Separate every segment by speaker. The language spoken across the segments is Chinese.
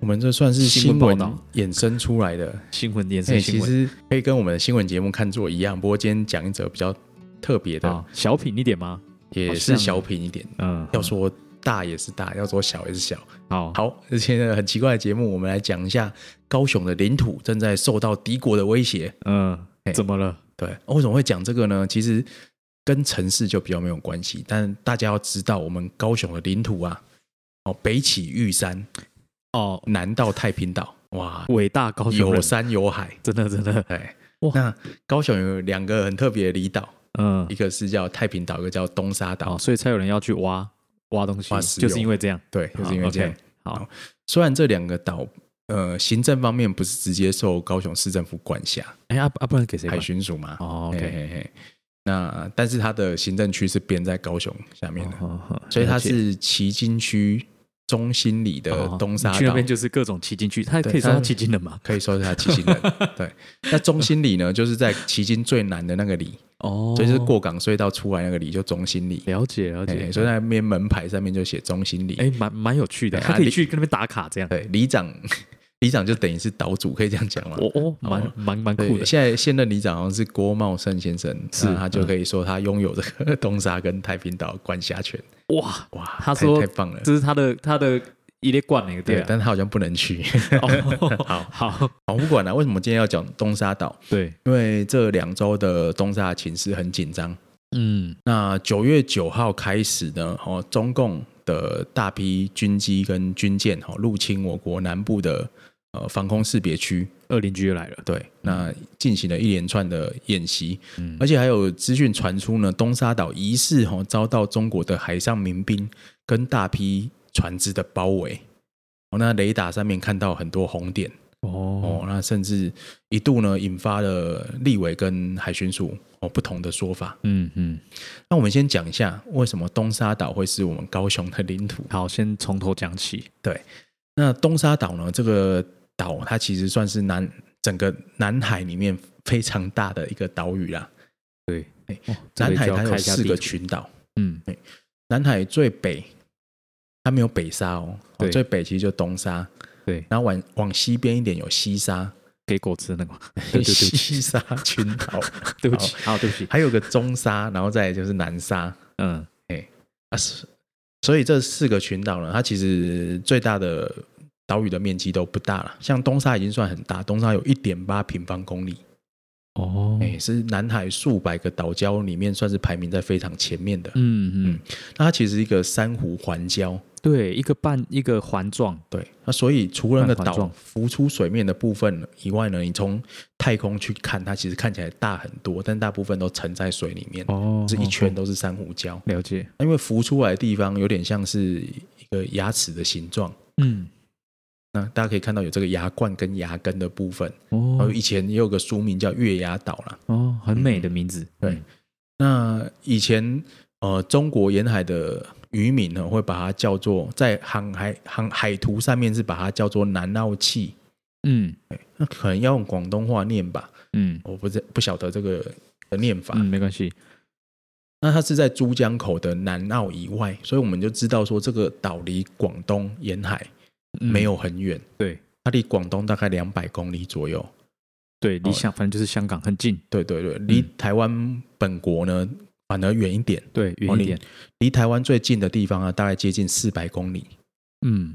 Speaker 1: 我们这算是
Speaker 2: 新
Speaker 1: 新
Speaker 2: 闻报
Speaker 1: 闻
Speaker 2: 道
Speaker 1: 衍生出来的。
Speaker 2: 新闻电
Speaker 1: 哎、
Speaker 2: 视新
Speaker 1: 其
Speaker 2: 闻
Speaker 1: 实可以跟我们的新闻节目看作一样，不过今天讲一则比较特别的，
Speaker 2: 啊，小品一点吗？
Speaker 1: 也
Speaker 2: 好
Speaker 1: 是
Speaker 2: 像
Speaker 1: 小品一点。
Speaker 2: 嗯，
Speaker 1: 要说大也是大，要说小也是小。
Speaker 2: 好，
Speaker 1: 好，这些呢很奇怪的节目，我们来讲一下高雄的领土正在受到敌国的威胁。
Speaker 2: 嗯
Speaker 1: 哎，
Speaker 2: 怎么了？
Speaker 1: 对，哦为什么会讲这个呢？其实跟城市就比较没有关系，但大家要知道，我们高雄的领土啊，哦，北起玉山，
Speaker 2: 哦，
Speaker 1: 南到太平岛，哇，
Speaker 2: 伟大高雄
Speaker 1: 有
Speaker 2: 人，
Speaker 1: 山有海。
Speaker 2: 真的真的，
Speaker 1: 对
Speaker 2: 哇，
Speaker 1: 哎那高雄有两个很特别的离岛，
Speaker 2: 嗯
Speaker 1: 一，个是叫太平岛，一个叫东沙岛
Speaker 2: 哦，。所以才有人要去挖挖东西
Speaker 1: 挖，石油
Speaker 2: 就是因为这样，
Speaker 1: 对，就是因为这样。
Speaker 2: 好
Speaker 1: 好虽然这两个岛，呃，行政方面不是直接受高雄市政府管辖，
Speaker 2: 哎啊啊，不然给谁
Speaker 1: 海
Speaker 2: 管？
Speaker 1: 巡署嘛。
Speaker 2: 哦
Speaker 1: 嘿
Speaker 2: ，OK，
Speaker 1: 嘿嘿。那但是它的行政区是编在高雄下面的，
Speaker 2: 哦哦
Speaker 1: 所以它
Speaker 2: 了解
Speaker 1: 是旗津区中心里的
Speaker 2: 哦
Speaker 1: 东沙
Speaker 2: 你去那
Speaker 1: 岛，
Speaker 2: 边就是各种骑进去，他
Speaker 1: 对
Speaker 2: 可以说他
Speaker 1: 它
Speaker 2: 骑进了嘛？
Speaker 1: 可以说是它旗津 人。对，那中心里呢，就是在旗津最南的那个里，
Speaker 2: 哦，
Speaker 1: 所以就是过港隧道出来那个里，就中心里。
Speaker 2: 了解了
Speaker 1: 嘿
Speaker 2: 解，
Speaker 1: 哎所以那边门牌上面就写中心里。
Speaker 2: 哎，蛮蛮有趣的，
Speaker 1: 对
Speaker 2: 他
Speaker 1: 啊
Speaker 2: 可以
Speaker 1: 你
Speaker 2: 去跟那边打卡这样，
Speaker 1: 对，里长， 里长就等于是岛主，可以这样讲吗？
Speaker 2: 哦哦，蛮蛮蛮酷
Speaker 1: 对
Speaker 2: 的，
Speaker 1: 现在现任里长好像是郭茂胜先生，
Speaker 2: 是嗯
Speaker 1: 那他就可以说他拥有这个 东沙跟太平岛管辖权。
Speaker 2: 哇，
Speaker 1: 哇，
Speaker 2: 他
Speaker 1: 太
Speaker 2: 说
Speaker 1: 太棒了。
Speaker 2: 这是他的他的一列冠那个
Speaker 1: 对，
Speaker 2: 啊，
Speaker 1: 但他好像不能去。
Speaker 2: 哦好好
Speaker 1: 好，不管了、为什么今天要讲东沙岛？
Speaker 2: 对，
Speaker 1: 因为这两周的东沙的情势很紧张。
Speaker 2: 嗯
Speaker 1: 那九月九号开始呢，哦，中共的大批军机跟军舰哦入侵我国南部的呃防空识别区，
Speaker 2: 二邻居又来了，
Speaker 1: 对，那进行了一连串的演习，
Speaker 2: 嗯
Speaker 1: 而且还有资讯传出呢，东沙岛疑似哦遭到中国的海上民兵跟大批船只的包围。哦，那雷达上面看到很多红点
Speaker 2: 哦
Speaker 1: 哦，那甚至一度呢引发了立委跟海巡署哦不同的说法。
Speaker 2: 嗯嗯，
Speaker 1: 那我们先讲一下为什么东沙岛会是我们高雄的领土。
Speaker 2: 好，先从头讲起，
Speaker 1: 那东沙岛呢，这个岛它其实算是南整个南海里面非常大的一个岛屿啦。
Speaker 2: 对，
Speaker 1: 哎
Speaker 2: 哦这
Speaker 1: 南
Speaker 2: 个
Speaker 1: 海
Speaker 2: 就要
Speaker 1: 它有
Speaker 2: 看一下
Speaker 1: 四个
Speaker 2: 地图，
Speaker 1: 群岛，
Speaker 2: 嗯
Speaker 1: 南海最北它没有北沙哦，哦
Speaker 2: 对
Speaker 1: 最北其实就东沙，
Speaker 2: 对，
Speaker 1: 然后往往西边一点有西沙，
Speaker 2: 给狗吃那个， 对对对不起
Speaker 1: 西沙群岛，
Speaker 2: 对不起，好对不起，
Speaker 1: 还有个中沙，然后再来就是南沙
Speaker 2: 嗯
Speaker 1: 啊，是所以这四个群岛呢，它其实最大的岛屿的面积都不大了，像东沙已经算很大，东沙有一点八平方公里，
Speaker 2: 哦
Speaker 1: 哎、是南海数百个岛礁里面算是排名在非常前面的。
Speaker 2: 嗯
Speaker 1: 嗯
Speaker 2: 嗯，
Speaker 1: 那它其实是一个珊瑚环礁，
Speaker 2: 对，一个半一个环状，
Speaker 1: 对，那所以除了那个
Speaker 2: 半环
Speaker 1: 岛
Speaker 2: 状
Speaker 1: 浮出水面的部分以外呢，你从太空去看，它其实看起来大很多，但大部分都沉在水里面，
Speaker 2: 哦
Speaker 1: 是一圈都是珊瑚礁。
Speaker 2: 了解，
Speaker 1: 因为浮出来的地方有点像是一个牙齿的形状，
Speaker 2: 嗯
Speaker 1: 那大家可以看到有这个牙冠跟牙根的部分。然后
Speaker 2: 哦
Speaker 1: 以前也有个书名叫月牙岛啦。
Speaker 2: 哦，很美的名字，
Speaker 1: 对那以前呃，中国沿海的渔民呢，会把它叫做在航海航海图上面是把它叫做南澳气，
Speaker 2: 嗯
Speaker 1: 那可能要用广东话念吧，
Speaker 2: 嗯
Speaker 1: 我不知不晓得这个的念法。
Speaker 2: 嗯，没关系，
Speaker 1: 那它是在珠江口的南澳以外，所以我们就知道说这个岛离广东沿海
Speaker 2: 嗯
Speaker 1: 没有很远，
Speaker 2: 对
Speaker 1: 它离广东大概两百公里左右。
Speaker 2: 对，离香反正就是香港很近，
Speaker 1: 对对对，离
Speaker 2: 嗯
Speaker 1: 台湾本国呢反而远一点，
Speaker 2: 对，
Speaker 1: 哦
Speaker 2: 远
Speaker 1: 你
Speaker 2: 一点，
Speaker 1: 离台湾最近的地方啊，大概接近四百公里。
Speaker 2: 嗯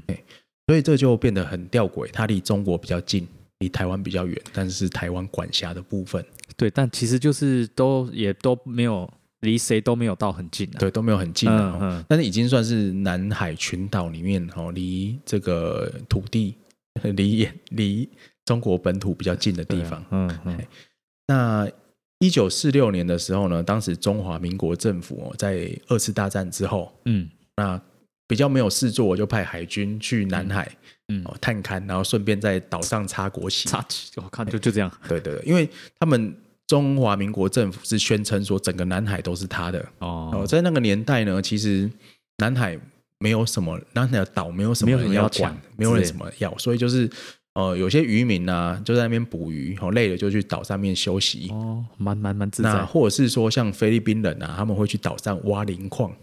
Speaker 1: 所以这就变得很吊诡，它离中国比较近，离台湾比较远，但是是台湾管辖的部分，
Speaker 2: 对，但其实就是都也都没有离谁都没有到很近啊，
Speaker 1: 对，都没有很近、啊
Speaker 2: 嗯
Speaker 1: 哦
Speaker 2: 嗯，
Speaker 1: 但是已经算是南海群岛里面哦，离这个土地 离离中国本土比较近的
Speaker 2: 对
Speaker 1: 地
Speaker 2: 啊
Speaker 1: 方。
Speaker 2: 嗯嗯，
Speaker 1: 那一九四六年的时候呢，当时中华民国政府哦，在二次大战之后，
Speaker 2: 嗯
Speaker 1: 那比较没有事做，我就派海军去南海、
Speaker 2: 嗯，
Speaker 1: 哦探勘，然后顺便在岛上插国旗。
Speaker 2: 差我看就就这样，
Speaker 1: 对对对，因为他们中华民国政府是宣称说整个南海都是他的。哦，
Speaker 2: 哦，
Speaker 1: 在那个年代呢，其实南海没有什么，南海的岛没有什么
Speaker 2: 没有什
Speaker 1: 人
Speaker 2: 么要
Speaker 1: 管
Speaker 2: 抢，
Speaker 1: 没有人
Speaker 2: 之
Speaker 1: 什
Speaker 2: 类
Speaker 1: 么要，所以就是呃，有些渔民啊，就在那边捕鱼，哦，累了就去岛上面休息。
Speaker 2: 哦，蛮蛮蛮自
Speaker 1: 那
Speaker 2: 在，
Speaker 1: 或者是说，像菲律宾人啊，他们会去岛上挖磷矿，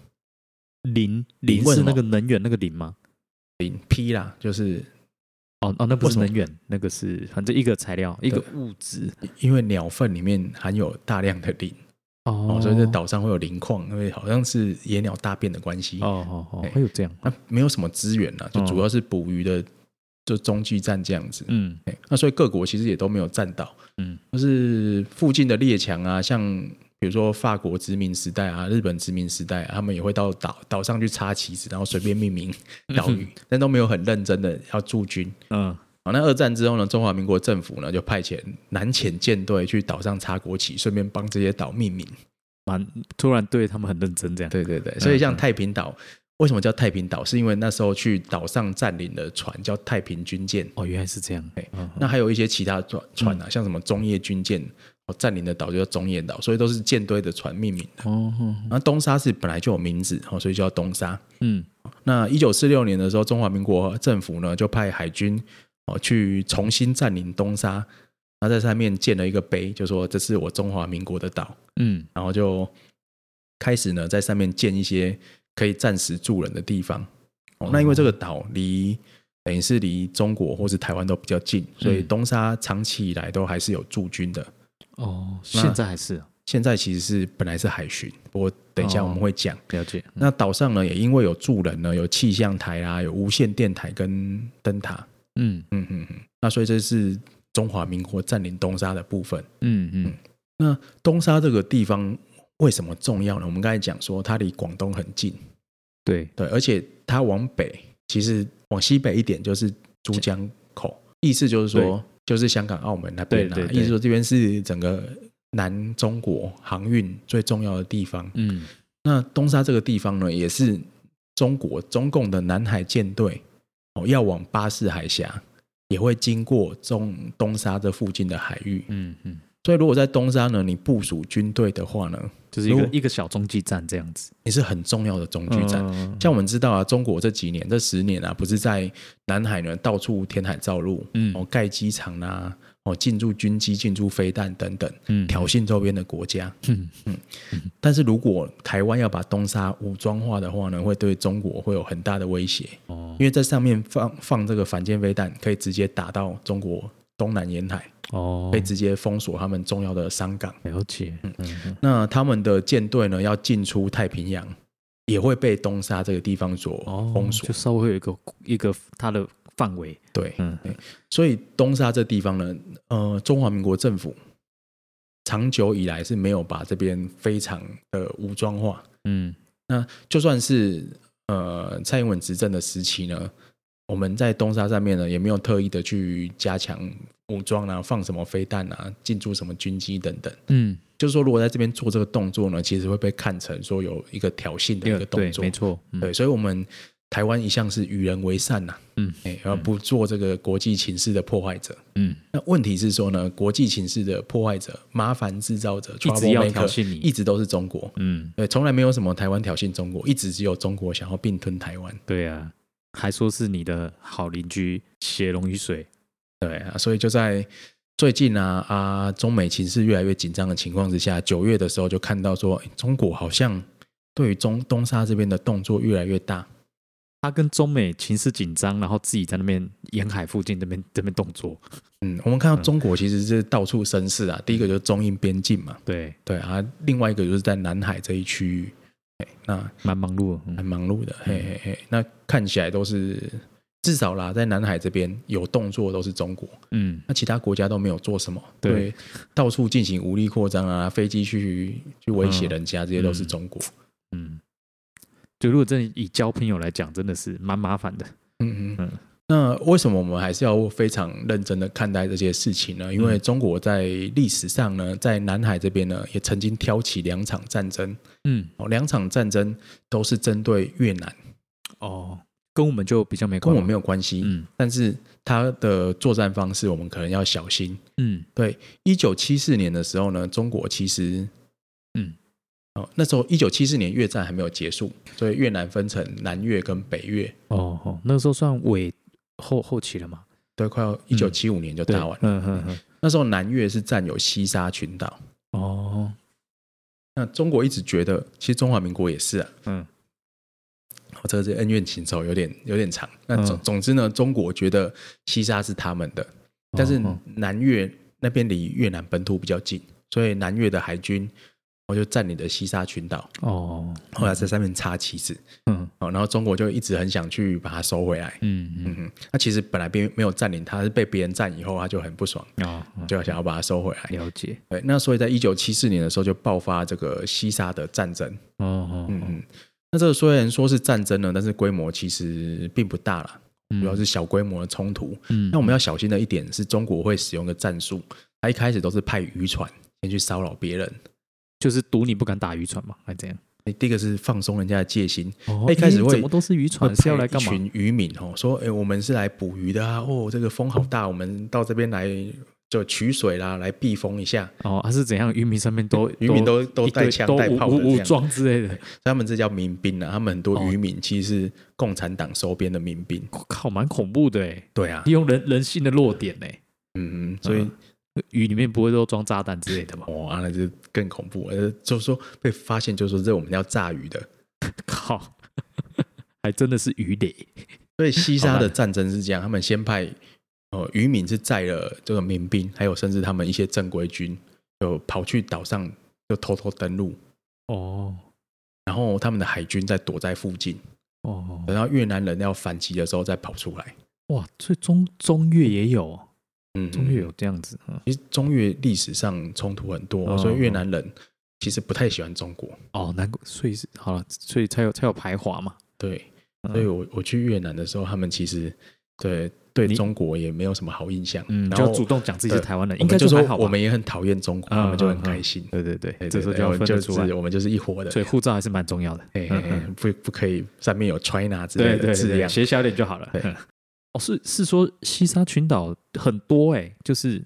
Speaker 2: 磷
Speaker 1: 磷
Speaker 2: 磷
Speaker 1: 为什
Speaker 2: 是
Speaker 1: 么
Speaker 2: 那个能源那个磷吗？
Speaker 1: 磷批啦，就是
Speaker 2: 哦哦，那不是
Speaker 1: 为什么
Speaker 2: 能源，那个是反正一个材料，一个物质
Speaker 1: 因为鸟粪里面含有大量的磷，
Speaker 2: 哦
Speaker 1: 哦，所以这岛上会有磷矿，因为好像是野鸟大便的关系。
Speaker 2: 哦哦哦
Speaker 1: 哎，
Speaker 2: 会有这样，
Speaker 1: 那没有什么资源啦，就
Speaker 2: 嗯
Speaker 1: 主要是捕鱼的，就中继站这样子。
Speaker 2: 嗯
Speaker 1: 哎那所以各国其实也都没有占到，
Speaker 2: 嗯，
Speaker 1: 就是附近的列强啊，像比如说法国殖民时代啊、日本殖民时代、啊，他们也会到岛岛上去插旗子，然后随便命名岛屿，但都没有很认真的要驻军。
Speaker 2: 嗯
Speaker 1: 好，那二战之后呢，中华民国政府呢就派遣南遣舰队去岛上插国旗，顺便帮这些岛命名。
Speaker 2: 突然对他们很认真这样，
Speaker 1: 对对对，所以像
Speaker 2: 嗯
Speaker 1: 太平岛。为什么叫太平岛？是因为那时候去岛上占领的船叫太平军舰，
Speaker 2: 哦，原来是这样，
Speaker 1: 哎
Speaker 2: 嗯
Speaker 1: 那还有一些其他船船啊，像什么中叶军舰，哦，占领的岛就叫中叶岛，所以都是舰队的船命名的。
Speaker 2: 哦哦
Speaker 1: 那东沙是本来就有名字，哦，所以就叫东沙。
Speaker 2: 嗯
Speaker 1: 那一九四六年的时候，中华民国政府呢就派海军哦去重新占领东沙，那在上面建了一个碑，就说这是我中华民国的岛，
Speaker 2: 嗯
Speaker 1: 然后就开始呢在上面建一些可以暂时住人的地方。哦，那因为这个岛离等于是离中国或是台湾都比较近，所以
Speaker 2: 嗯
Speaker 1: 东沙长期以来都还是有驻军的。
Speaker 2: 哦，现在还是啊
Speaker 1: 现在其实是本来是海巡，不过等一下我们会讲。
Speaker 2: 了解，
Speaker 1: 那岛上呢，也因为有住人呢，有气象台啦、有无线电台跟灯塔。
Speaker 2: 嗯
Speaker 1: 嗯嗯嗯。那所以这是中华民国占领东沙的部分。
Speaker 2: 嗯嗯
Speaker 1: 那东沙这个地方为什么重要呢？我们刚才讲说它离广东很近，
Speaker 2: 对，
Speaker 1: 对，而且它往北，其实往西北一点就是珠江口，意思就是说，就是香港、澳门那边、啊，
Speaker 2: 对对对
Speaker 1: 意思说这边是整个南中国航运最重要的地方。
Speaker 2: 嗯
Speaker 1: 那东沙这个地方呢，也是中国中共的南海舰队哦，要往巴士海峡，也会经过中东沙这附近的海域。
Speaker 2: 嗯嗯，
Speaker 1: 所以，如果在东沙呢，你部署军队的话呢，
Speaker 2: 就是一个
Speaker 1: 如果
Speaker 2: 一个小中继站这样子，
Speaker 1: 你是很重要的中继站。
Speaker 2: 嗯
Speaker 1: 像我们知道啊，中国这几年这十年啊，不是在南海呢到处填海造陆，
Speaker 2: 嗯
Speaker 1: 哦盖机场啊，哦进驻军机、进驻飞弹等等，
Speaker 2: 嗯
Speaker 1: 挑衅周边的国家。
Speaker 2: 嗯
Speaker 1: 但是如果台湾要把东沙武装化的话呢，会对中国会有很大的威胁，
Speaker 2: 哦
Speaker 1: 因为在上面放放这个反舰飞弹，可以直接打到中国东南沿海，
Speaker 2: 哦
Speaker 1: 可以直接封锁他们重要的商港。
Speaker 2: 了解，嗯嗯
Speaker 1: 那他们的舰队呢，要进出太平洋，也会被东沙这个地方所
Speaker 2: 哦，
Speaker 1: 封锁。
Speaker 2: 就稍微会有一个一个它的范围，
Speaker 1: 对，
Speaker 2: 嗯
Speaker 1: 所以东沙这地方呢，呃，中华民国政府长久以来是没有把这边非常的武装化。
Speaker 2: 嗯
Speaker 1: 那就算是呃蔡英文执政的时期呢，我们在东沙上面呢也没有特意的去加强武装啊，放什么飞弹啊，进驻什么军机等等。
Speaker 2: 嗯，
Speaker 1: 就是说，如果在这边做这个动作呢，其实会被看成说有一个挑衅的一个动
Speaker 2: 嗯对，
Speaker 1: 作
Speaker 2: 没。错，嗯
Speaker 1: 对，所以我们台湾一向是与人为善呐、
Speaker 2: 嗯
Speaker 1: 哎，而不做这个国际情势的破坏者。
Speaker 2: 嗯，
Speaker 1: 那问题是说呢，国际情势的破坏者、麻烦制造者、
Speaker 2: 一直要
Speaker 1: troublemaker，
Speaker 2: 挑衅你
Speaker 1: 一直都是中国。
Speaker 2: 嗯，
Speaker 1: 对，从来没有什么台湾挑衅中国，一直只有中国想要并吞台湾。
Speaker 2: 对啊，还说是你的好邻居血浓于水，
Speaker 1: 对啊，所以就在最近啊啊，中美情势越来越紧张的情况之下，九月的时候就看到说，诶中国好像对于中东沙这边的动作越来越大。
Speaker 2: 他跟中美情势紧张，然后自己在那边沿海附近那边这边动作，
Speaker 1: 嗯，我们看到中国其实是到处生事啊，第一个就是中印边境嘛，
Speaker 2: 对，
Speaker 1: 对啊，另外一个就是在南海这一区域，哎，那
Speaker 2: 蛮忙碌的，嗯
Speaker 1: 很忙碌的，嘿嘿嘿，那看起来都是至少啦，在南海这边有动作都是中国，
Speaker 2: 嗯，
Speaker 1: 那其他国家都没有做什么，
Speaker 2: 对，
Speaker 1: 到处进行武力扩张啊，飞机去去威胁人家，这些都是中国，
Speaker 2: 嗯，就如果真的以交朋友来讲，真的是蛮麻烦的。
Speaker 1: 嗯嗯
Speaker 2: 嗯
Speaker 1: 那为什么我们还是要非常认真的看待这些事情呢？因为
Speaker 2: 嗯
Speaker 1: 中国在历史上呢，在南海这边呢，也曾经挑起两场战争，
Speaker 2: 嗯，
Speaker 1: 哦，两场战争都是针对越南，
Speaker 2: 哦，跟我们就比较没
Speaker 1: 跟
Speaker 2: 关
Speaker 1: 我
Speaker 2: 系。
Speaker 1: 没有关系，
Speaker 2: 嗯
Speaker 1: 但是它的作战方式我们可能要小心。
Speaker 2: 嗯
Speaker 1: 对，一九七四年的时候呢，中国其实，
Speaker 2: 嗯，
Speaker 1: 哦，那时候一九七四年越战还没有结束，所以越南分成南越跟北越，
Speaker 2: 哦哦，那个时候算尾后后期了嘛？
Speaker 1: 对，快要一九七五年就
Speaker 2: 嗯对，
Speaker 1: 打完了。
Speaker 2: 嗯嗯嗯，
Speaker 1: 那时候南越是占有西沙群岛，
Speaker 2: 哦，哦
Speaker 1: 那中国一直觉得，其实中华民国也是啊，
Speaker 2: 嗯，
Speaker 1: 哦这个是恩怨情仇，有点有点长。那总、
Speaker 2: 嗯
Speaker 1: 总之呢，中国觉得西沙是他们的，但是
Speaker 2: 哦
Speaker 1: 南越那边离越南本土比较近，所以南越的海军我就占领了西沙群岛，
Speaker 2: 哦，
Speaker 1: 后来在上面插旗子，
Speaker 2: 嗯
Speaker 1: 哦，然后中国就一直很想去把它收回来。
Speaker 2: 嗯
Speaker 1: 嗯，那其实本来并没有占领它，是被别人占以后，他就很不爽，
Speaker 2: 嗯，哦，
Speaker 1: 就想要把它收回来。
Speaker 2: 了解，
Speaker 1: 对，那所以在一九七四年的时候就爆发这个西沙的战争。
Speaker 2: 哦哦，
Speaker 1: 嗯
Speaker 2: 哦
Speaker 1: 嗯，那这个虽然说是战争呢，但是规模其实并不大啦，嗯主要是小规模的冲突。
Speaker 2: 嗯，
Speaker 1: 那我们要小心的一点是，中国会使用的战术，它一开始都是派渔船先去骚扰别人。
Speaker 2: 就是赌你不敢打渔船嘛，还这样。
Speaker 1: 哎第一个是放松人家的戒心，
Speaker 2: 哦
Speaker 1: 那一开始
Speaker 2: 诶
Speaker 1: 会
Speaker 2: 怎么都是渔船是要
Speaker 1: 派
Speaker 2: 来
Speaker 1: 一
Speaker 2: 干嘛？
Speaker 1: 群渔民哦，说：“哎、我们是来捕鱼的啊！哦，这个风好大，我们到这边来就取水啦，来避风一下。
Speaker 2: 哦，还、是怎样？渔民上面都
Speaker 1: 渔民都
Speaker 2: 一
Speaker 1: 都带
Speaker 2: 堆
Speaker 1: 枪
Speaker 2: 都
Speaker 1: 带炮
Speaker 2: 武
Speaker 1: 的这
Speaker 2: 武武
Speaker 1: 样
Speaker 2: 装之类的。
Speaker 1: 他们这叫民兵啊，他们很多
Speaker 2: 哦
Speaker 1: 渔民其实是共产党收编的民兵。
Speaker 2: 我靠，蛮恐怖的哎，
Speaker 1: 对啊
Speaker 2: 利，用人人性的弱点呢。
Speaker 1: 嗯，嗯所以
Speaker 2: 鱼里面不会都装炸弹之类的吧？
Speaker 1: 哇、那就更恐怖了。呃就是说被发现，就是说这我们要炸鱼的。
Speaker 2: 靠， 还真的是鱼雷。
Speaker 1: 所以西沙
Speaker 2: 好
Speaker 1: 的
Speaker 2: 吧
Speaker 1: 战争是这样，他们先派呃渔民是载了这个民兵，还有甚至他们一些正规军，就跑去岛上就偷偷登陆，
Speaker 2: 哦
Speaker 1: 然后他们的海军在躲在附近，
Speaker 2: 哦，
Speaker 1: 等到越南人要反击的时候再跑出来。
Speaker 2: 哇，所以中中越也有哦，
Speaker 1: 嗯，
Speaker 2: 中越有这样子，嗯，
Speaker 1: 其实中越历史上冲突很多，
Speaker 2: 哦
Speaker 1: 所以越南人其实不太喜欢中国。
Speaker 2: 哦，难怪，所以是好了，所以才有才有排华嘛。
Speaker 1: 对，
Speaker 2: 嗯
Speaker 1: 所以我我去越南的时候，他们其实对对中国也没有什么好印象。
Speaker 2: 嗯，
Speaker 1: 然
Speaker 2: 就
Speaker 1: 后
Speaker 2: 要主动讲自己是台湾人，
Speaker 1: 我
Speaker 2: 应
Speaker 1: 们
Speaker 2: 该
Speaker 1: 就
Speaker 2: 还
Speaker 1: 说
Speaker 2: 好吧
Speaker 1: 我们也很讨厌中国，
Speaker 2: 嗯
Speaker 1: 他们就很开心。
Speaker 2: 对对对，
Speaker 1: 对
Speaker 2: 这时候
Speaker 1: 对
Speaker 2: 就要
Speaker 1: 我们
Speaker 2: 分
Speaker 1: 就
Speaker 2: 得出
Speaker 1: 是
Speaker 2: 来。
Speaker 1: 我们就是一伙的，
Speaker 2: 所以护照还是蛮重要的。
Speaker 1: 嘿嘿
Speaker 2: 嗯
Speaker 1: 嘿
Speaker 2: 嗯
Speaker 1: 不不可以上面有 China 之类
Speaker 2: 对
Speaker 1: 的
Speaker 2: 对
Speaker 1: 字
Speaker 2: 对，
Speaker 1: 样。
Speaker 2: 写小点就好了
Speaker 1: 对。
Speaker 2: 哦，是是说西沙群岛很多哎、就是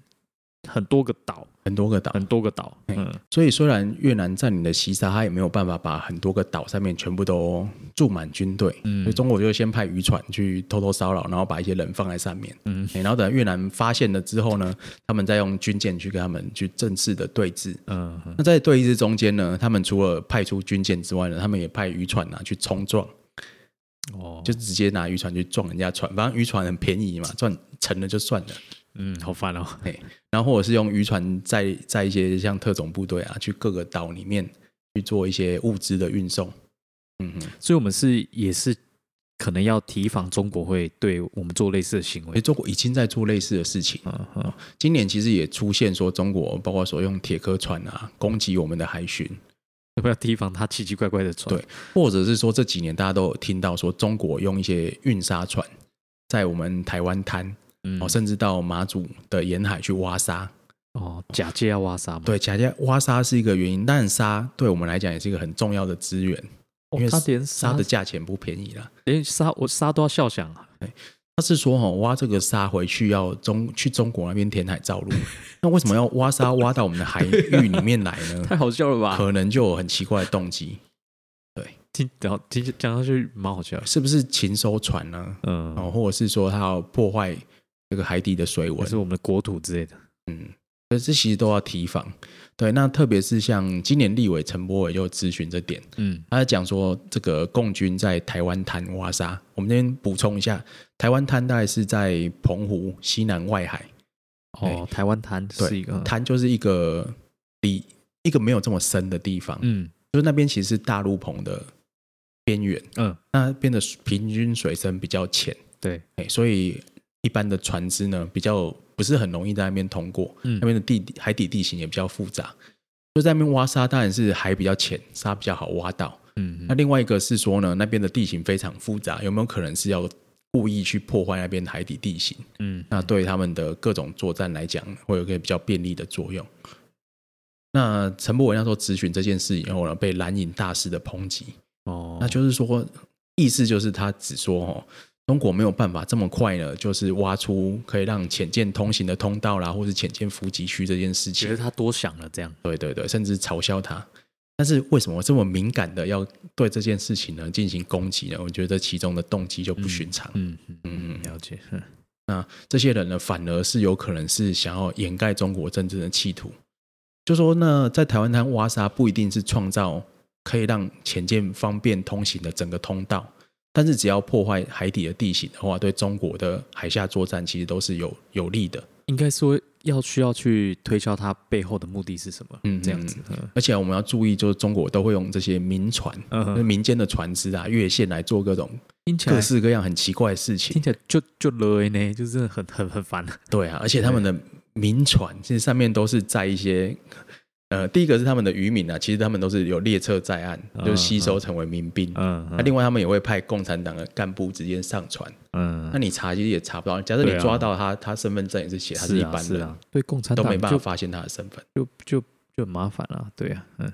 Speaker 2: 很多个岛，
Speaker 1: 很多个岛，
Speaker 2: 很多个岛。
Speaker 1: 对
Speaker 2: 嗯，
Speaker 1: 所以虽然越南占领了西沙，他也没有办法把很多个岛上面全部都驻满军队，
Speaker 2: 嗯
Speaker 1: 所以中国就先派渔船去偷偷骚扰，然后把一些人放在上面，
Speaker 2: 嗯
Speaker 1: 欸然后等越南发现了之后呢，他们再用军舰去跟他们去正式的对峙。
Speaker 2: 嗯嗯
Speaker 1: 那在对峙中间呢，他们除了派出军舰之外呢，他们也派渔船啊去冲撞，
Speaker 2: 哦，
Speaker 1: 就直接拿渔船去撞人家船，反正渔船很便宜嘛，赚沉了就算了。
Speaker 2: 嗯，好烦哦。
Speaker 1: 然后或者是用渔船载载一些像特种部队啊，去各个岛里面去做一些物资的运送。嗯哼，
Speaker 2: 所以我们是也是可能要提防中国会对我们做类似的行
Speaker 1: 所以
Speaker 2: 为。
Speaker 1: 中国已经在做类似的事情。
Speaker 2: 嗯嗯
Speaker 1: 今年其实也出现说，中国包括说用铁壳船啊攻击我们的海巡，
Speaker 2: 要不要提防他奇奇怪怪的船？
Speaker 1: 对，或者是说这几年大家都有听到说，中国用一些运沙船在我们台湾滩，
Speaker 2: 嗯，
Speaker 1: 哦，甚至到马祖的沿海去挖沙。
Speaker 2: 哦，假借要挖沙嘛。
Speaker 1: 对，假借挖沙是一个原因，但沙对我们来讲也是一个很重要的资源，
Speaker 2: 哦
Speaker 1: 因为
Speaker 2: 他连
Speaker 1: 沙
Speaker 2: 沙
Speaker 1: 的价钱不便宜啦。
Speaker 2: 连沙我沙都要笑想 啊。
Speaker 1: 他是说，哦，挖这个沙回去要中去中国那边填海造陆，那为什么要挖沙挖到我们的海域里面来呢？
Speaker 2: 太好笑了吧？
Speaker 1: 可能就有很奇怪的动机，
Speaker 2: 听，然后听讲下去蛮好笑的。
Speaker 1: 是不是勤收船呢？
Speaker 2: 嗯，
Speaker 1: 哦，或者是说他要破坏这个海底的水
Speaker 2: 还
Speaker 1: 文
Speaker 2: 是？我们的国土之类的。
Speaker 1: 嗯，所以这其实都要提防。对，那特别是像今年立委陈柏伟就咨询这点，
Speaker 2: 嗯，
Speaker 1: 他在讲说这个共军在台湾滩挖沙。我们这边补充一下，台湾滩大概是在澎湖西南外海，
Speaker 2: 哦，台湾滩
Speaker 1: 哎对
Speaker 2: 是一个
Speaker 1: 滩就是一个离一个没有这么深的地方，
Speaker 2: 嗯
Speaker 1: 就是那边其实是大陆棚的边缘，
Speaker 2: 嗯，
Speaker 1: 那边的平均水深比较浅，
Speaker 2: 对，
Speaker 1: 哎，所以一般的船只呢比较不是很容易在那边通过，
Speaker 2: 嗯
Speaker 1: 那边的地海底地形也比较复杂，所以在那边挖沙当然是海比较浅，沙比较好挖到。
Speaker 2: 嗯
Speaker 1: 那另外一个是说呢，那边的地形非常复杂，有没有可能是要故意去破坏那边的海底地形？
Speaker 2: 嗯
Speaker 1: 那对他们的各种作战来讲，会有一个比较便利的作用。那陈柏文那时候咨询这件事以后呢，被蓝营大师的抨击，
Speaker 2: 哦，
Speaker 1: 那就是说，意思就是他只说哦，中国没有办法这么快呢，就是挖出可以让潜舰通行的通道啦，或是潜舰伏击区这件事
Speaker 2: 觉得
Speaker 1: 情。
Speaker 2: 他多想了这样。
Speaker 1: 对对对，甚至嘲笑他。但是为什么这么敏感的要对这件事情呢进行攻击呢？我觉得其中的动机就不寻常。
Speaker 2: 嗯嗯
Speaker 1: 嗯
Speaker 2: 嗯，了解。嗯
Speaker 1: 那这些人呢，反而是有可能是想要掩盖中国真正的企图。就说那在台湾滩挖沙不一定是创造可以让潜舰方便通行的整个通道，但是只要破坏海底的地形的话，对中国的海下作战其实都是有有利的。
Speaker 2: 应该说要需要去推敲它背后的目的是什么，
Speaker 1: 嗯
Speaker 2: 这样子，嗯
Speaker 1: 而且我们要注意，就是中国都会用这些民船、
Speaker 2: 嗯
Speaker 1: 就是民间的船只啊、越线来做各种
Speaker 2: 听起来
Speaker 1: 各式各样很奇怪的事情。
Speaker 2: 听起来就就勒呢，就真的很很很烦。
Speaker 1: 对啊，而且他们的民船其实上面都是在一些，呃，第一个是他们的渔民啊，其实他们都是有列册在案，
Speaker 2: 嗯
Speaker 1: 就是吸收成为民兵。
Speaker 2: 嗯，
Speaker 1: 那、另外他们也会派共产党的干部直接上船，
Speaker 2: 嗯
Speaker 1: 那你查其实也查不到。假设
Speaker 2: 对
Speaker 1: 你
Speaker 2: 啊
Speaker 1: 抓到他，他身份证也是写他
Speaker 2: 是
Speaker 1: 一
Speaker 2: 啊
Speaker 1: 般
Speaker 2: 是
Speaker 1: 人，
Speaker 2: 啊，对共产
Speaker 1: 都
Speaker 2: 党
Speaker 1: 没办法
Speaker 2: 就
Speaker 1: 发现他的身份。
Speaker 2: 就就就很麻烦了，对呀，嗯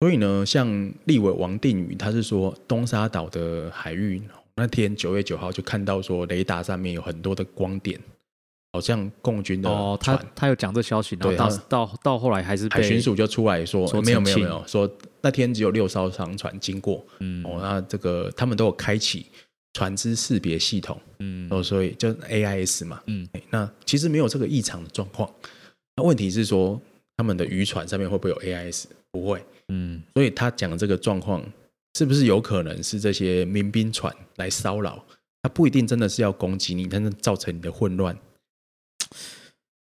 Speaker 1: 所以呢，像立委王定宇，他是说东沙岛的海域那天九月九号就看到说雷达上面有很多的光点，好像共军的
Speaker 2: 哦，他
Speaker 1: 船。
Speaker 2: 他有讲这消息，然后
Speaker 1: 对
Speaker 2: 到
Speaker 1: 他
Speaker 2: 到到后来还是
Speaker 1: 海
Speaker 2: 被
Speaker 1: 巡署就出来说
Speaker 2: 说
Speaker 1: 没有
Speaker 2: 澄
Speaker 1: 没有
Speaker 2: 清
Speaker 1: 没有，说那天只有六艘商船经过，
Speaker 2: 嗯
Speaker 1: 哦，那这个他们都有开启船只识别系统，
Speaker 2: 嗯
Speaker 1: 哦，所以就 AIS 嘛，
Speaker 2: 嗯
Speaker 1: 哎，那其实没有这个异常的状况，那问题是说他们的渔船上面会不会有 AIS？不会，
Speaker 2: 嗯
Speaker 1: 所以他讲的这个状况是不是有可能是这些民兵船来骚扰？他不一定真的是要攻击你，但是造成你的混乱，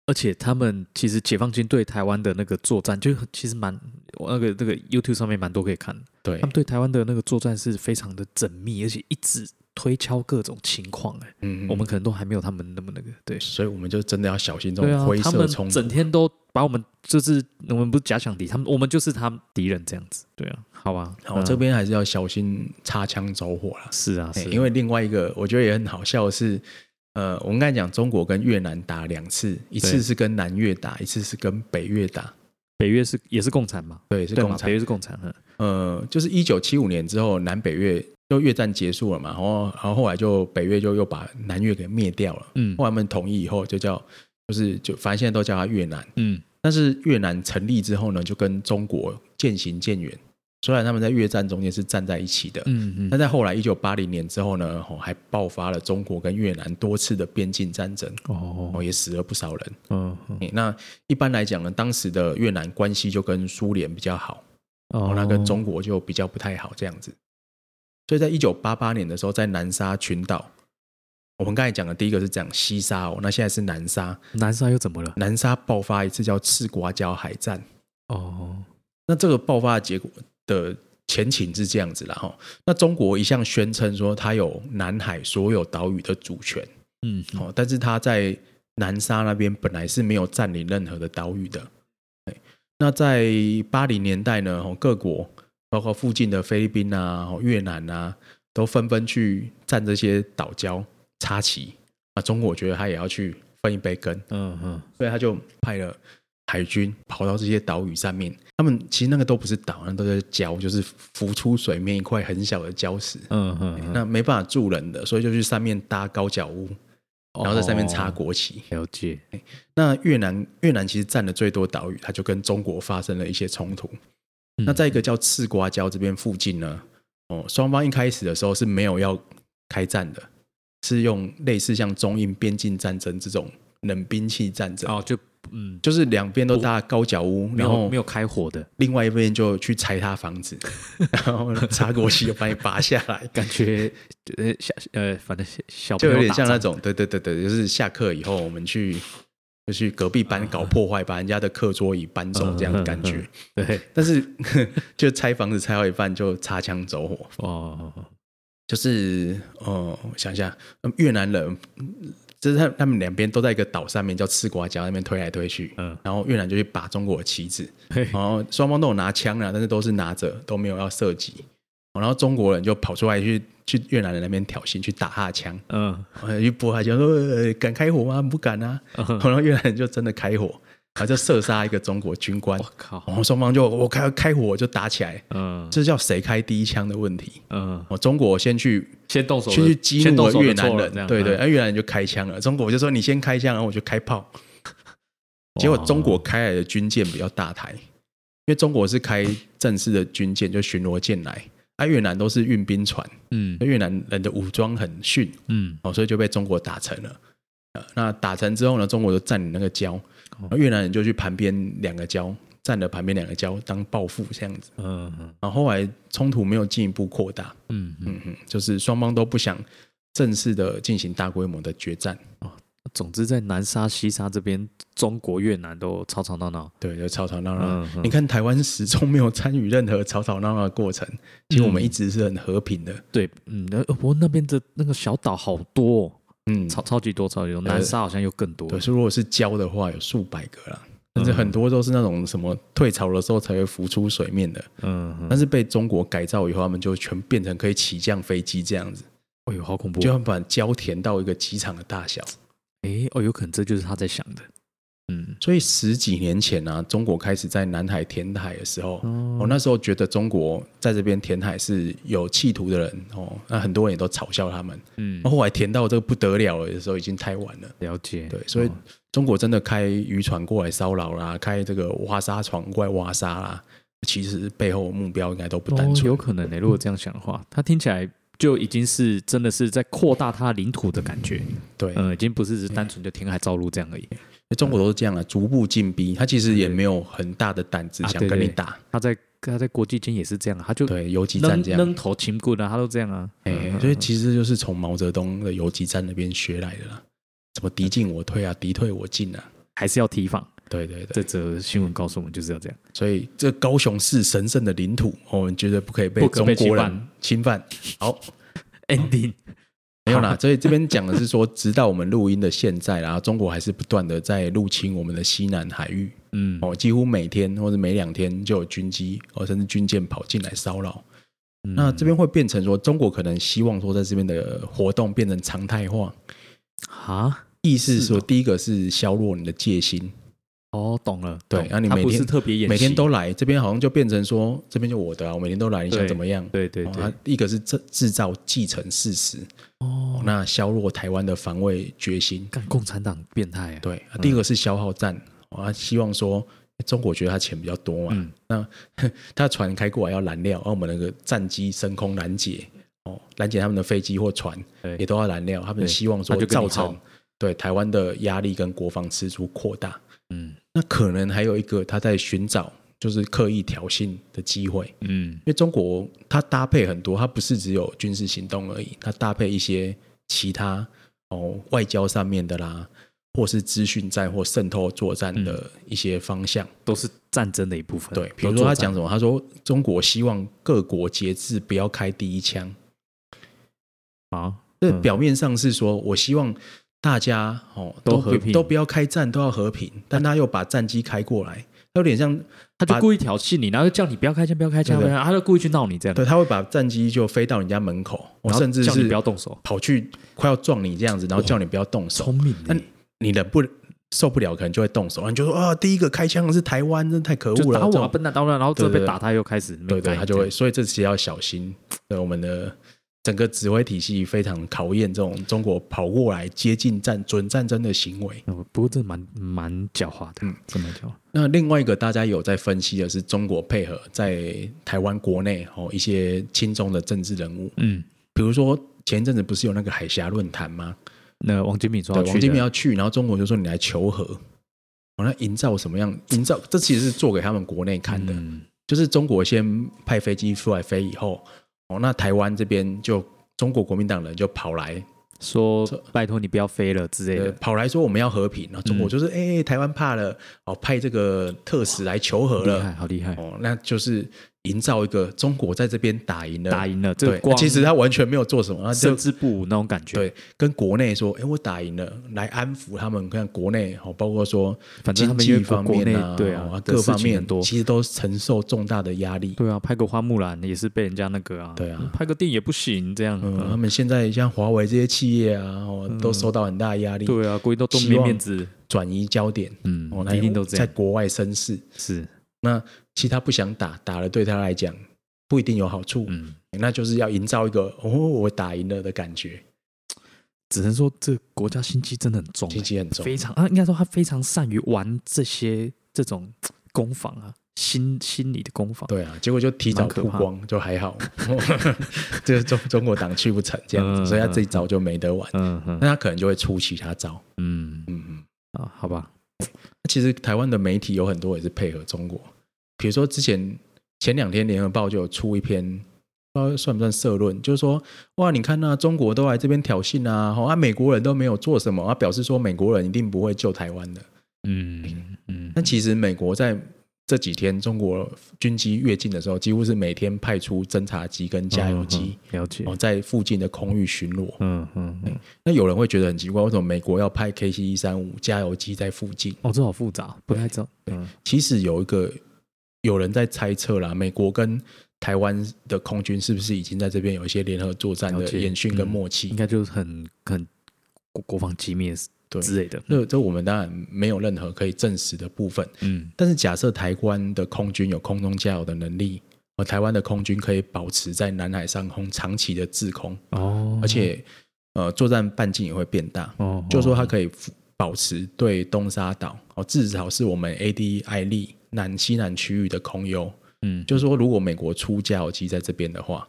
Speaker 2: 而且他们其实解放军对台湾的那个作战，就其实蛮我那个那个 YouTube 上面蛮多可以看的。
Speaker 1: 对
Speaker 2: 他，们对台湾的那个作战是非常的缜密，而且一直推敲各种情况。哎，
Speaker 1: 嗯
Speaker 2: 我们可能都还没有他们那么那个。对，
Speaker 1: 所以我们就真的要小心这
Speaker 2: 对啊
Speaker 1: 种灰，
Speaker 2: 他
Speaker 1: 色
Speaker 2: 们
Speaker 1: 冲突。
Speaker 2: 整天都把我们就是我们不是假想敌，他们我们就是他们敌人这样子。对啊，好吧，
Speaker 1: 好，
Speaker 2: 嗯
Speaker 1: 哦这边还是要小心擦枪走火啦。
Speaker 2: 是啊，是
Speaker 1: 欸
Speaker 2: 啊
Speaker 1: 因为另外一个我觉得也很好笑的是，呃，我们刚才讲中国跟越南打两次，一
Speaker 2: 对
Speaker 1: 次是跟南越打，一次是跟北越打，
Speaker 2: 北约是也是共产嘛，
Speaker 1: 对，是
Speaker 2: 对
Speaker 1: 共
Speaker 2: 嘛，北
Speaker 1: 产。
Speaker 2: 约是共产，嗯
Speaker 1: 呃，就是一九七五年之后，南北越就越战结束了嘛，然后然后后来就北越就又把南越给灭掉了。
Speaker 2: 嗯
Speaker 1: 后来他们统一以后，就叫就是就反正现在都叫它越南。
Speaker 2: 嗯
Speaker 1: 但是越南成立之后呢，就跟中国渐行渐远。虽然他们在越战中间是站在一起的，
Speaker 2: 嗯
Speaker 1: 那
Speaker 2: 嗯，
Speaker 1: 在后来一九八零年之后呢，哦，还爆发了中国跟越南多次的边境战争，哦，
Speaker 2: 哦，
Speaker 1: 也死了不少人。
Speaker 2: 嗯嗯
Speaker 1: 诶那一般来讲呢，当时的越南关系就跟苏联比较好，哦
Speaker 2: 哦，
Speaker 1: 那跟中国就比较不太好这样子。所以在一九八八年的时候，在南沙群岛，我们刚才讲的第一个是讲西沙哦，那现在是南沙，
Speaker 2: 哦南沙又怎么了？
Speaker 1: 南沙爆发一次叫赤瓜礁海战。
Speaker 2: 哦，
Speaker 1: 那这个爆发的结果的前情是这样子啦，哈。那中国一向宣称说它有南海所有岛屿的主权，
Speaker 2: 嗯，
Speaker 1: 哦，但是它在南沙那边本来是没有占领任何的岛屿的。哎那在八零年代呢，哦，各国包括附近的菲律宾啊、哦越南啊，都纷纷去占这些岛礁插旗。那中国觉得他也要去分一杯羹，
Speaker 2: 嗯嗯
Speaker 1: 所以他就派了海军跑到这些岛屿上面。他们其实那个都不是岛，那都是礁，就是浮出水面一块很小的礁石。
Speaker 2: 嗯嗯，
Speaker 1: 那没办法住人的，所以就去上面搭高脚屋，
Speaker 2: 哦
Speaker 1: 然后在上面插
Speaker 2: 过，
Speaker 1: 国旗。
Speaker 2: 了解，
Speaker 1: 哎那越南越南其实占了最多岛屿，它就跟中国发生了一些冲突。
Speaker 2: 嗯
Speaker 1: 那在一个叫赤瓜礁这边附近呢，哦，双方一开始的时候是没有要开战的，是用类似像中印边境战争这种冷兵器战争。
Speaker 2: 哦，就嗯，
Speaker 1: 就是两边都搭高脚屋，
Speaker 2: 没
Speaker 1: 然
Speaker 2: 有
Speaker 1: 后
Speaker 2: 没有开火的
Speaker 1: 另外一边就去拆他房子， 然后插国旗就把你拔下来，
Speaker 2: 感觉，呃，小呃，反正小小
Speaker 1: 就
Speaker 2: 朋友
Speaker 1: 有点
Speaker 2: 打
Speaker 1: 像
Speaker 2: 仗
Speaker 1: 那种，对对对对，就是下课以后我们去就去隔壁班搞破坏，把人家的课桌椅搬走这样的感
Speaker 2: 嗯嗯
Speaker 1: 觉。
Speaker 2: 对，
Speaker 1: 但是 就拆房子拆到一半就擦枪走火，
Speaker 2: 哦，
Speaker 1: 就是哦、呃我想一下，嗯越南人。就是他他们两边都在一个岛上面，叫赤瓜礁那边推来推去，
Speaker 2: 嗯
Speaker 1: 然后越南就去拔中国的旗子，
Speaker 2: 嘿嗯
Speaker 1: 然后双方都有拿枪啊，但是都是拿着，都没有要射击。哦然后中国人就跑出来去去越南人那边挑衅，去打他的枪，
Speaker 2: 嗯
Speaker 1: 呃去拨他枪说、呃敢开火吗？不敢啊。
Speaker 2: 嗯
Speaker 1: 然后越南人就真的开火，然后就射杀一个中国军官
Speaker 2: 我。靠，
Speaker 1: 然后双方就我开开火就打起来，
Speaker 2: 嗯
Speaker 1: 这叫谁开第一枪的问题。
Speaker 2: 嗯，
Speaker 1: 哦，中国先去
Speaker 2: 先动手的，
Speaker 1: 先去激
Speaker 2: 先
Speaker 1: 怒
Speaker 2: 动手
Speaker 1: 了
Speaker 2: 的
Speaker 1: 越南
Speaker 2: 错了
Speaker 1: 人，
Speaker 2: 这样
Speaker 1: 对哎对，
Speaker 2: 嗯
Speaker 1: 那越南人就开枪了。中国就说你先开枪，然后我就开炮。结果中
Speaker 2: 哦
Speaker 1: 国开来的军舰比较大台，因为中国是开正式的军舰，就巡逻舰来。啊，越南都是运兵船，
Speaker 2: 嗯
Speaker 1: 越南人的武装很逊
Speaker 2: 嗯，
Speaker 1: 哦，所以就被中国打沉了。呃，那打沉之后呢，中国就占领那个礁，
Speaker 2: 哦
Speaker 1: 然后越南人就去盘边两个礁，占了旁边两个礁当报复这样子。
Speaker 2: 嗯
Speaker 1: 然后后来冲突没有进一步扩大，
Speaker 2: 嗯嗯，
Speaker 1: 嗯哼，就是双方都不想正式的进行大规模的决战，
Speaker 2: 总之在南沙、西沙这边，中国、越南都吵吵闹闹。
Speaker 1: 对，就吵吵闹闹。
Speaker 2: 嗯嗯
Speaker 1: 你看台湾始终没有参与任何吵吵闹闹的过程，其实我
Speaker 2: 嗯
Speaker 1: 们一直是很和平的，
Speaker 2: 对，嗯，呃不过那边的那个小岛好多、哦，
Speaker 1: 嗯，
Speaker 2: 超超级多，超级多。南沙好像又更多。
Speaker 1: 对，所以如果是礁的话，有数百个啦，甚
Speaker 2: 嗯
Speaker 1: 至很多都是那种什么退潮的时候才会浮出水面的，
Speaker 2: 嗯，嗯
Speaker 1: 但是被中国改造以后，他们就全变成可以起降飞机这样子，
Speaker 2: 哎呦，好恐怖
Speaker 1: 就！要把礁填到一个机场的大小。
Speaker 2: 哎，哦，有可能这就是他在想的。嗯，
Speaker 1: 所以十几年前啊，中国开始在南海填海的时候，我、
Speaker 2: 哦，
Speaker 1: 那时候觉得中国在这边填海是有企图的人哦，那很多人也都嘲笑他们。
Speaker 2: 嗯
Speaker 1: 然，后后来填到这个不得了了的时候，已经太晚了。
Speaker 2: 了解。
Speaker 1: 对，所以
Speaker 2: 哦
Speaker 1: 中国真的开渔船过来骚扰啦，开这个挖沙船过来挖沙啦，其实背后目标应该都不单
Speaker 2: 哦
Speaker 1: 纯。
Speaker 2: 有可能呢、如果这样想的话，他听起来就已经是真的是在扩大他领土的感觉。
Speaker 1: 对，
Speaker 2: 嗯，已经不是只是单纯就填海造陆这样而已。
Speaker 1: 中国都是这样啊，逐步进逼，他其实也没有很大的胆子
Speaker 2: 啊
Speaker 1: 想
Speaker 2: 对
Speaker 1: 跟你
Speaker 2: 对
Speaker 1: 打，
Speaker 2: 他在他在国际间也是这样，啊他就
Speaker 1: 对游击战
Speaker 2: 扔
Speaker 1: 这样。
Speaker 2: 扔头擒棍啊，他都这样啊。
Speaker 1: 哎，所以其实就是从毛泽东的游击战那边学来的啦，什么敌进我退啊，敌退我进啊。
Speaker 2: 还是要提防。
Speaker 1: 对对对，哦
Speaker 2: 这则新闻告诉我们就是要这样。
Speaker 1: 所以这高雄市神圣的领土，我们绝对不可以被
Speaker 2: 不可
Speaker 1: 中
Speaker 2: 被
Speaker 1: 国
Speaker 2: 侵
Speaker 1: 人
Speaker 2: 犯
Speaker 1: 侵犯。好，
Speaker 2: Ending，
Speaker 1: 没有 啦，所以这边讲的是说，直到我们录音的现在啦，中国还是不断的在入侵我们的西南海域
Speaker 2: 嗯，
Speaker 1: 哦，几乎每天或者每两天就有军机哦，甚至军舰跑进来骚扰。
Speaker 2: 嗯
Speaker 1: 那这边会变成说，中国可能希望说，在这边的活动变成常态化，
Speaker 2: 啊，
Speaker 1: 意思是
Speaker 2: 是
Speaker 1: 说，
Speaker 2: 哦
Speaker 1: 第一个是削弱你的戒心，
Speaker 2: 哦，懂了，
Speaker 1: 对
Speaker 2: 懂
Speaker 1: 那你
Speaker 2: 他
Speaker 1: 每
Speaker 2: 不
Speaker 1: 天
Speaker 2: 是特别演习，
Speaker 1: 每天都来，这边好像就变成说，这边就我的啊，我每天都来，你想
Speaker 2: 对
Speaker 1: 怎么样？
Speaker 2: 对对
Speaker 1: 哦
Speaker 2: 对
Speaker 1: 它，一个是制制造继承事实，
Speaker 2: 哦，
Speaker 1: 那削弱台湾的防卫决心。
Speaker 2: 干共产党变态啊，
Speaker 1: 对，啊第一个是消耗战，啊、希望说中国觉得他钱比较多嘛，
Speaker 2: 嗯
Speaker 1: 那 他船开过来要燃料，啊而、我们那个战机升空拦截，哦，拦截他们的飞机或船
Speaker 2: 对
Speaker 1: 也都要燃料，他们
Speaker 2: 对
Speaker 1: 希望说
Speaker 2: 那就跟
Speaker 1: 造
Speaker 2: 你
Speaker 1: 成
Speaker 2: 耗
Speaker 1: 对台湾的压力跟国防支出扩大。
Speaker 2: 嗯
Speaker 1: 那可能还有一个他在寻找就是刻意挑衅的机会，
Speaker 2: 嗯
Speaker 1: 因为中国它搭配很多，它不是只有军事行动而已，它搭配一些其他哦外交上面的啦，或是资讯战或渗透作战的一些方向。
Speaker 2: 都是战争的一部分，
Speaker 1: 对，
Speaker 2: 嗯都
Speaker 1: 比如说他
Speaker 2: 作
Speaker 1: 讲
Speaker 2: 战
Speaker 1: 什么，他说中国希望各国节制，不要开第一枪。
Speaker 2: 啊，
Speaker 1: 这
Speaker 2: 嗯
Speaker 1: 表面上是说我希望大家哦
Speaker 2: 都
Speaker 1: 不
Speaker 2: 和平
Speaker 1: 都不要开战，都要和平，但他又把战机开过来，他有点像
Speaker 2: 他
Speaker 1: 把
Speaker 2: 就故意挑衅你，然后就叫你不要开枪，不要开枪，
Speaker 1: 对对
Speaker 2: 不要开枪他就故意去闹你这样，
Speaker 1: 对，他会把战机就飞到人家门口，哦
Speaker 2: 然后
Speaker 1: 甚至
Speaker 2: 叫你
Speaker 1: 是
Speaker 2: 不要动手，
Speaker 1: 跑去快要撞你这样子，然后叫你不要动手。
Speaker 2: 聪明
Speaker 1: 那
Speaker 2: 的
Speaker 1: 你，你忍不受不了，可能就会动手，然后你就说啊，第一个开枪的是台湾，真的太可
Speaker 2: 就
Speaker 1: 恶了。
Speaker 2: 打
Speaker 1: 这
Speaker 2: 我啊
Speaker 1: 种
Speaker 2: 笨蛋，当然，然后这
Speaker 1: 对对
Speaker 2: 被打他又开始，
Speaker 1: 对对，他就会，所以这其实要小心。对我们的整个指挥体系非常考验这种中国跑过来接近战准战争的行为。
Speaker 2: 哦不过这蛮蛮狡猾的，真蛮狡猾。
Speaker 1: 那另外一个大家有在分析的是中国配合在台湾国内哦一些亲中的政治人物，
Speaker 2: 嗯，
Speaker 1: 比如说前一阵子不是有那个海峡论坛吗？
Speaker 2: 那王金敏说
Speaker 1: 对
Speaker 2: 要，去
Speaker 1: 王金
Speaker 2: 的
Speaker 1: 平要去，然后中国就说你来求和，我、哦、那营造什么样？营造这其实是做给他们国内看的，
Speaker 2: 嗯
Speaker 1: 就是中国先派飞机出来飞以后，哦，那台湾这边就中国国民党人就跑来，
Speaker 2: 说拜托你不要飞了之类
Speaker 1: 呃
Speaker 2: 的，，
Speaker 1: 跑来说我们要和平，然后中
Speaker 2: 嗯
Speaker 1: 国就是哎、台湾怕了，哦，派这个特使来求和
Speaker 2: 厉害，
Speaker 1: 了，
Speaker 2: 好厉害，
Speaker 1: 哦，那就是营造一个中国在这边打赢了，
Speaker 2: 打赢了，这
Speaker 1: 对
Speaker 2: 个，光
Speaker 1: 其实他完全没有做什么，他就
Speaker 2: 胜之不武那种感觉，
Speaker 1: 对，跟国内说，哎，我打赢了，来安抚他们。看国内哦，包括说
Speaker 2: 反正
Speaker 1: 经
Speaker 2: 他们因
Speaker 1: 济
Speaker 2: 为
Speaker 1: 方
Speaker 2: 国
Speaker 1: 面
Speaker 2: 内
Speaker 1: 啊，
Speaker 2: 对
Speaker 1: 哦
Speaker 2: 啊
Speaker 1: 各方
Speaker 2: 事情
Speaker 1: 面
Speaker 2: 很多，
Speaker 1: 其实都承受重大的压力。
Speaker 2: 对啊，拍个花木兰也是被人家那个啊，
Speaker 1: 对啊
Speaker 2: 拍个电影也不行这样，
Speaker 1: 嗯，他
Speaker 2: 嗯
Speaker 1: 们现在像华为这些企业啊，哦，都受到很大的压力，
Speaker 2: 对啊，估计都都
Speaker 1: 希
Speaker 2: 没
Speaker 1: 望
Speaker 2: 面子，
Speaker 1: 转移焦点，
Speaker 2: 嗯
Speaker 1: 哦，来，
Speaker 2: 一定都这
Speaker 1: 在
Speaker 2: 样，
Speaker 1: 国外生事。
Speaker 2: 是，
Speaker 1: 那其实他不想打，打了对他来讲不一定有好处，
Speaker 2: 嗯，
Speaker 1: 那就是要营造一个哦，我打赢了的感觉，
Speaker 2: 只能说这国家心机真的很重，
Speaker 1: 心机很重。
Speaker 2: 非常啊，应该说他非常善于玩这些这种嘖攻防啊，心心理的攻防，
Speaker 1: 对啊，结果就提早
Speaker 2: 蛮可
Speaker 1: 曝
Speaker 2: 怕
Speaker 1: 光，就还好， 这个中中国党去不成这样子，
Speaker 2: 嗯
Speaker 1: 所以他这一招就没得玩。
Speaker 2: 嗯
Speaker 1: 那
Speaker 2: 嗯
Speaker 1: 他可能就会出其他招，
Speaker 2: 嗯
Speaker 1: 嗯，
Speaker 2: 啊，好吧，
Speaker 1: 其实台湾的媒体有很多也是配合中国，比如说之前前两天《联合报》就有出一篇，不知道算不算社论，就是说哇，你看啊，中国都来这边挑衅啊，好啊，美国人都没有做什么啊，表示说美国人一定不会救台湾的。
Speaker 2: 嗯嗯，
Speaker 1: 但其实美国在这几天中国军机越境的时候，几乎是每天派出侦察机跟加油机，
Speaker 2: 嗯嗯了解
Speaker 1: 哦，，哎在附近的空域巡逻。
Speaker 2: 嗯嗯嗯，
Speaker 1: 那有人会觉得很奇怪，为什么美国要派 KC 一三五加油机在附近？
Speaker 2: 哦，这好复杂，不太知道，嗯
Speaker 1: 其实有一个有人在猜测啦，美国跟台湾的空军是不是已经在这边有一些联合作战的
Speaker 2: 了解嗯
Speaker 1: 演训跟默
Speaker 2: 应
Speaker 1: 契？
Speaker 2: 该就是很很国国防机密
Speaker 1: 对
Speaker 2: 之类的，
Speaker 1: 那这我们当然没有任何可以证实的部分，
Speaker 2: 嗯
Speaker 1: 但是假设台湾的空军有空中加油的能力，而台湾的空军可以保持在南海上空长期的制空，
Speaker 2: 哦，
Speaker 1: 而且呃作战半径也会变大，
Speaker 2: 哦，
Speaker 1: 就说它可以保持对东沙岛哦，至少是我们 ADI 利南西南区域的空优。
Speaker 2: 嗯
Speaker 1: 就是说，如果美国出加油机在这边的话，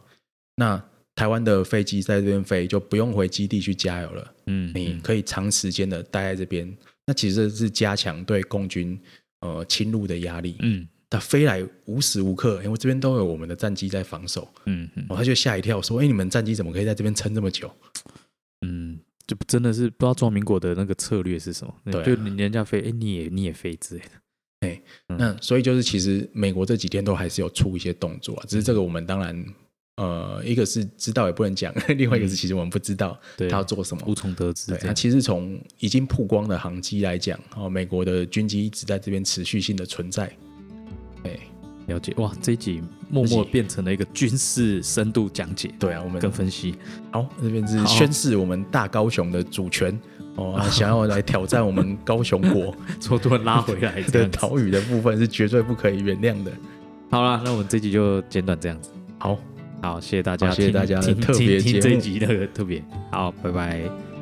Speaker 1: 那台湾的飞机在这边飞就不用回基地去加油了。
Speaker 2: 嗯
Speaker 1: 你
Speaker 2: 嗯
Speaker 1: 可以长时间的待在这边，那其实是加强对共军呃侵入的压力。
Speaker 2: 嗯
Speaker 1: 他飞来无时无刻，因为这边都有我们的战机在防守，
Speaker 2: 嗯嗯
Speaker 1: 哦，他就吓一跳，说：“哎、你们战机怎么可以在这边撑这么久
Speaker 2: 嗯，就真的是不知道中华民国的那个策略是什么，
Speaker 1: 对啊
Speaker 2: 就你人家飞，哎，你也你也飞之类的，？”嗯
Speaker 1: 那所以就是，其实美国这几天都还是有出一些动作啊，只是这个我们当然。呃，一个是知道也不能讲，另外一个是其实我们不知道
Speaker 2: 对，啊
Speaker 1: 他要做什么。
Speaker 2: 无从得知
Speaker 1: 对，
Speaker 2: 这
Speaker 1: 那
Speaker 2: 样，
Speaker 1: 其实从已经曝光的航机来讲，哦，美国的军机一直在这边持续性的存在。哎，
Speaker 2: 了解哇，这一集默
Speaker 1: 这
Speaker 2: 默
Speaker 1: 集
Speaker 2: 变成了一个军事深度讲解，
Speaker 1: 对啊，我们
Speaker 2: 跟 分析，
Speaker 1: 好，这边是
Speaker 2: 好
Speaker 1: 宣示我们大高雄的主权哦，想要来挑战我们高雄国
Speaker 2: 错突然拉回 来这
Speaker 1: 的
Speaker 2: 样子。
Speaker 1: 岛屿的部分是绝对不可以原谅的。
Speaker 2: 好啦，那我们这集就简短这样子。
Speaker 1: 好，
Speaker 2: 好，谢谢大家
Speaker 1: 好
Speaker 2: 听，
Speaker 1: 谢谢大家的
Speaker 2: 听
Speaker 1: 特别
Speaker 2: 听听
Speaker 1: 节
Speaker 2: 这
Speaker 1: 目
Speaker 2: 一集的特别，好，拜拜。